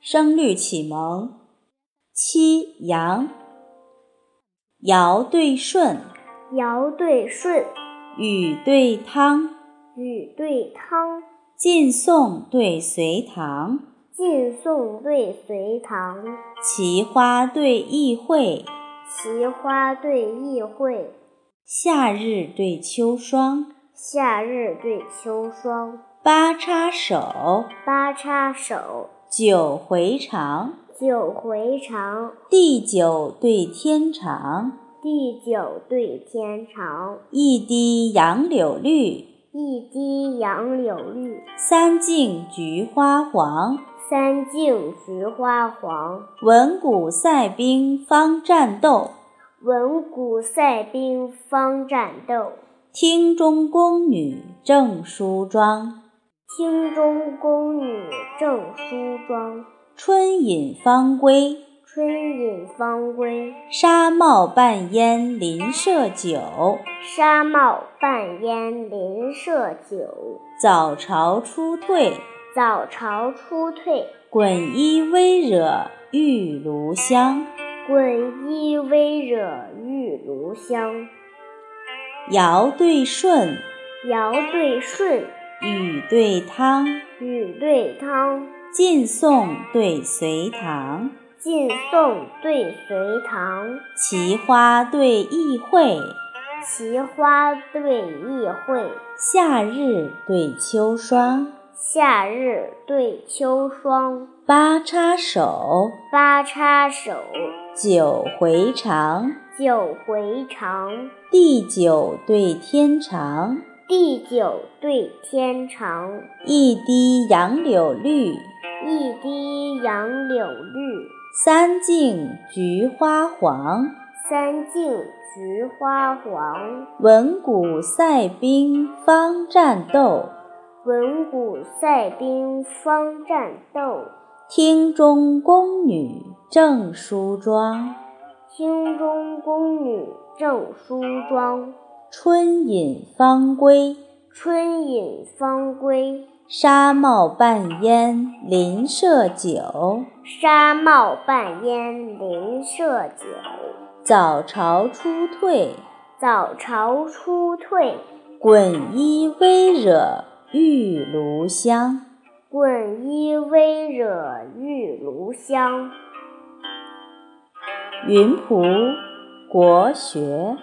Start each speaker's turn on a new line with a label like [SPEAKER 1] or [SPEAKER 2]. [SPEAKER 1] 声律启蒙七阳，尧对舜，
[SPEAKER 2] 尧对舜，
[SPEAKER 1] 禹对汤，
[SPEAKER 2] 禹对汤，
[SPEAKER 1] 晋宋对隋唐，
[SPEAKER 2] 晋宋对隋唐，
[SPEAKER 1] 齐花对异卉，
[SPEAKER 2] 齐花对异卉，
[SPEAKER 1] 夏日对秋霜，
[SPEAKER 2] 夏日对秋霜，
[SPEAKER 1] 八叉手，
[SPEAKER 2] 八叉手，
[SPEAKER 1] 九回肠，
[SPEAKER 2] 九回肠，
[SPEAKER 1] 地久对天长，
[SPEAKER 2] 地久对天长，
[SPEAKER 1] 一滴杨柳绿，
[SPEAKER 2] 一滴杨柳绿，
[SPEAKER 1] 三径菊花黄。
[SPEAKER 2] 三径菊花黄，
[SPEAKER 1] 闻鼓塞兵方战斗，
[SPEAKER 2] 闻鼓塞兵方战斗。
[SPEAKER 1] 厅中宫女正梳妆。
[SPEAKER 2] 厅中宫女正梳妆，
[SPEAKER 1] 春饮方归，
[SPEAKER 2] 春饮方归。
[SPEAKER 1] 纱帽半烟林舍酒。
[SPEAKER 2] 纱帽半烟林舍酒，
[SPEAKER 1] 早朝初退，
[SPEAKER 2] 早朝初退。
[SPEAKER 1] 滚衣微惹玉炉香。
[SPEAKER 2] 滚衣微惹玉炉香，
[SPEAKER 1] 尧对舜，
[SPEAKER 2] 尧对舜，
[SPEAKER 1] 禹对汤，
[SPEAKER 2] 禹对汤，
[SPEAKER 1] 晋宋对隋唐，
[SPEAKER 2] 晋宋对隋唐，
[SPEAKER 1] 齐花对异卉，
[SPEAKER 2] 齐花对异卉，
[SPEAKER 1] 夏日对秋霜，
[SPEAKER 2] 夏日对秋霜。
[SPEAKER 1] 八叉手，
[SPEAKER 2] 八叉手，
[SPEAKER 1] 九回肠，
[SPEAKER 2] 九回肠，
[SPEAKER 1] 地久对天长，
[SPEAKER 2] 地久对天长。
[SPEAKER 1] 一滴杨柳绿，
[SPEAKER 2] 一滴杨柳绿，
[SPEAKER 1] 三径菊花黄。
[SPEAKER 2] 三径菊花黄。
[SPEAKER 1] 闻鼓塞兵方战斗，
[SPEAKER 2] 闻鼓塞兵方战斗，
[SPEAKER 1] 厅中宫女正梳妆。
[SPEAKER 2] 厅中宫女正梳妆。
[SPEAKER 1] 春饮方归，
[SPEAKER 2] 春饮方归，
[SPEAKER 1] 纱帽半烟林舍酒。
[SPEAKER 2] 纱帽半烟林舍酒。
[SPEAKER 1] 早朝初退，
[SPEAKER 2] 早朝初退，
[SPEAKER 1] 滚衣微惹玉炉香。
[SPEAKER 2] 滚衣微惹玉炉香。
[SPEAKER 1] 云浦国学。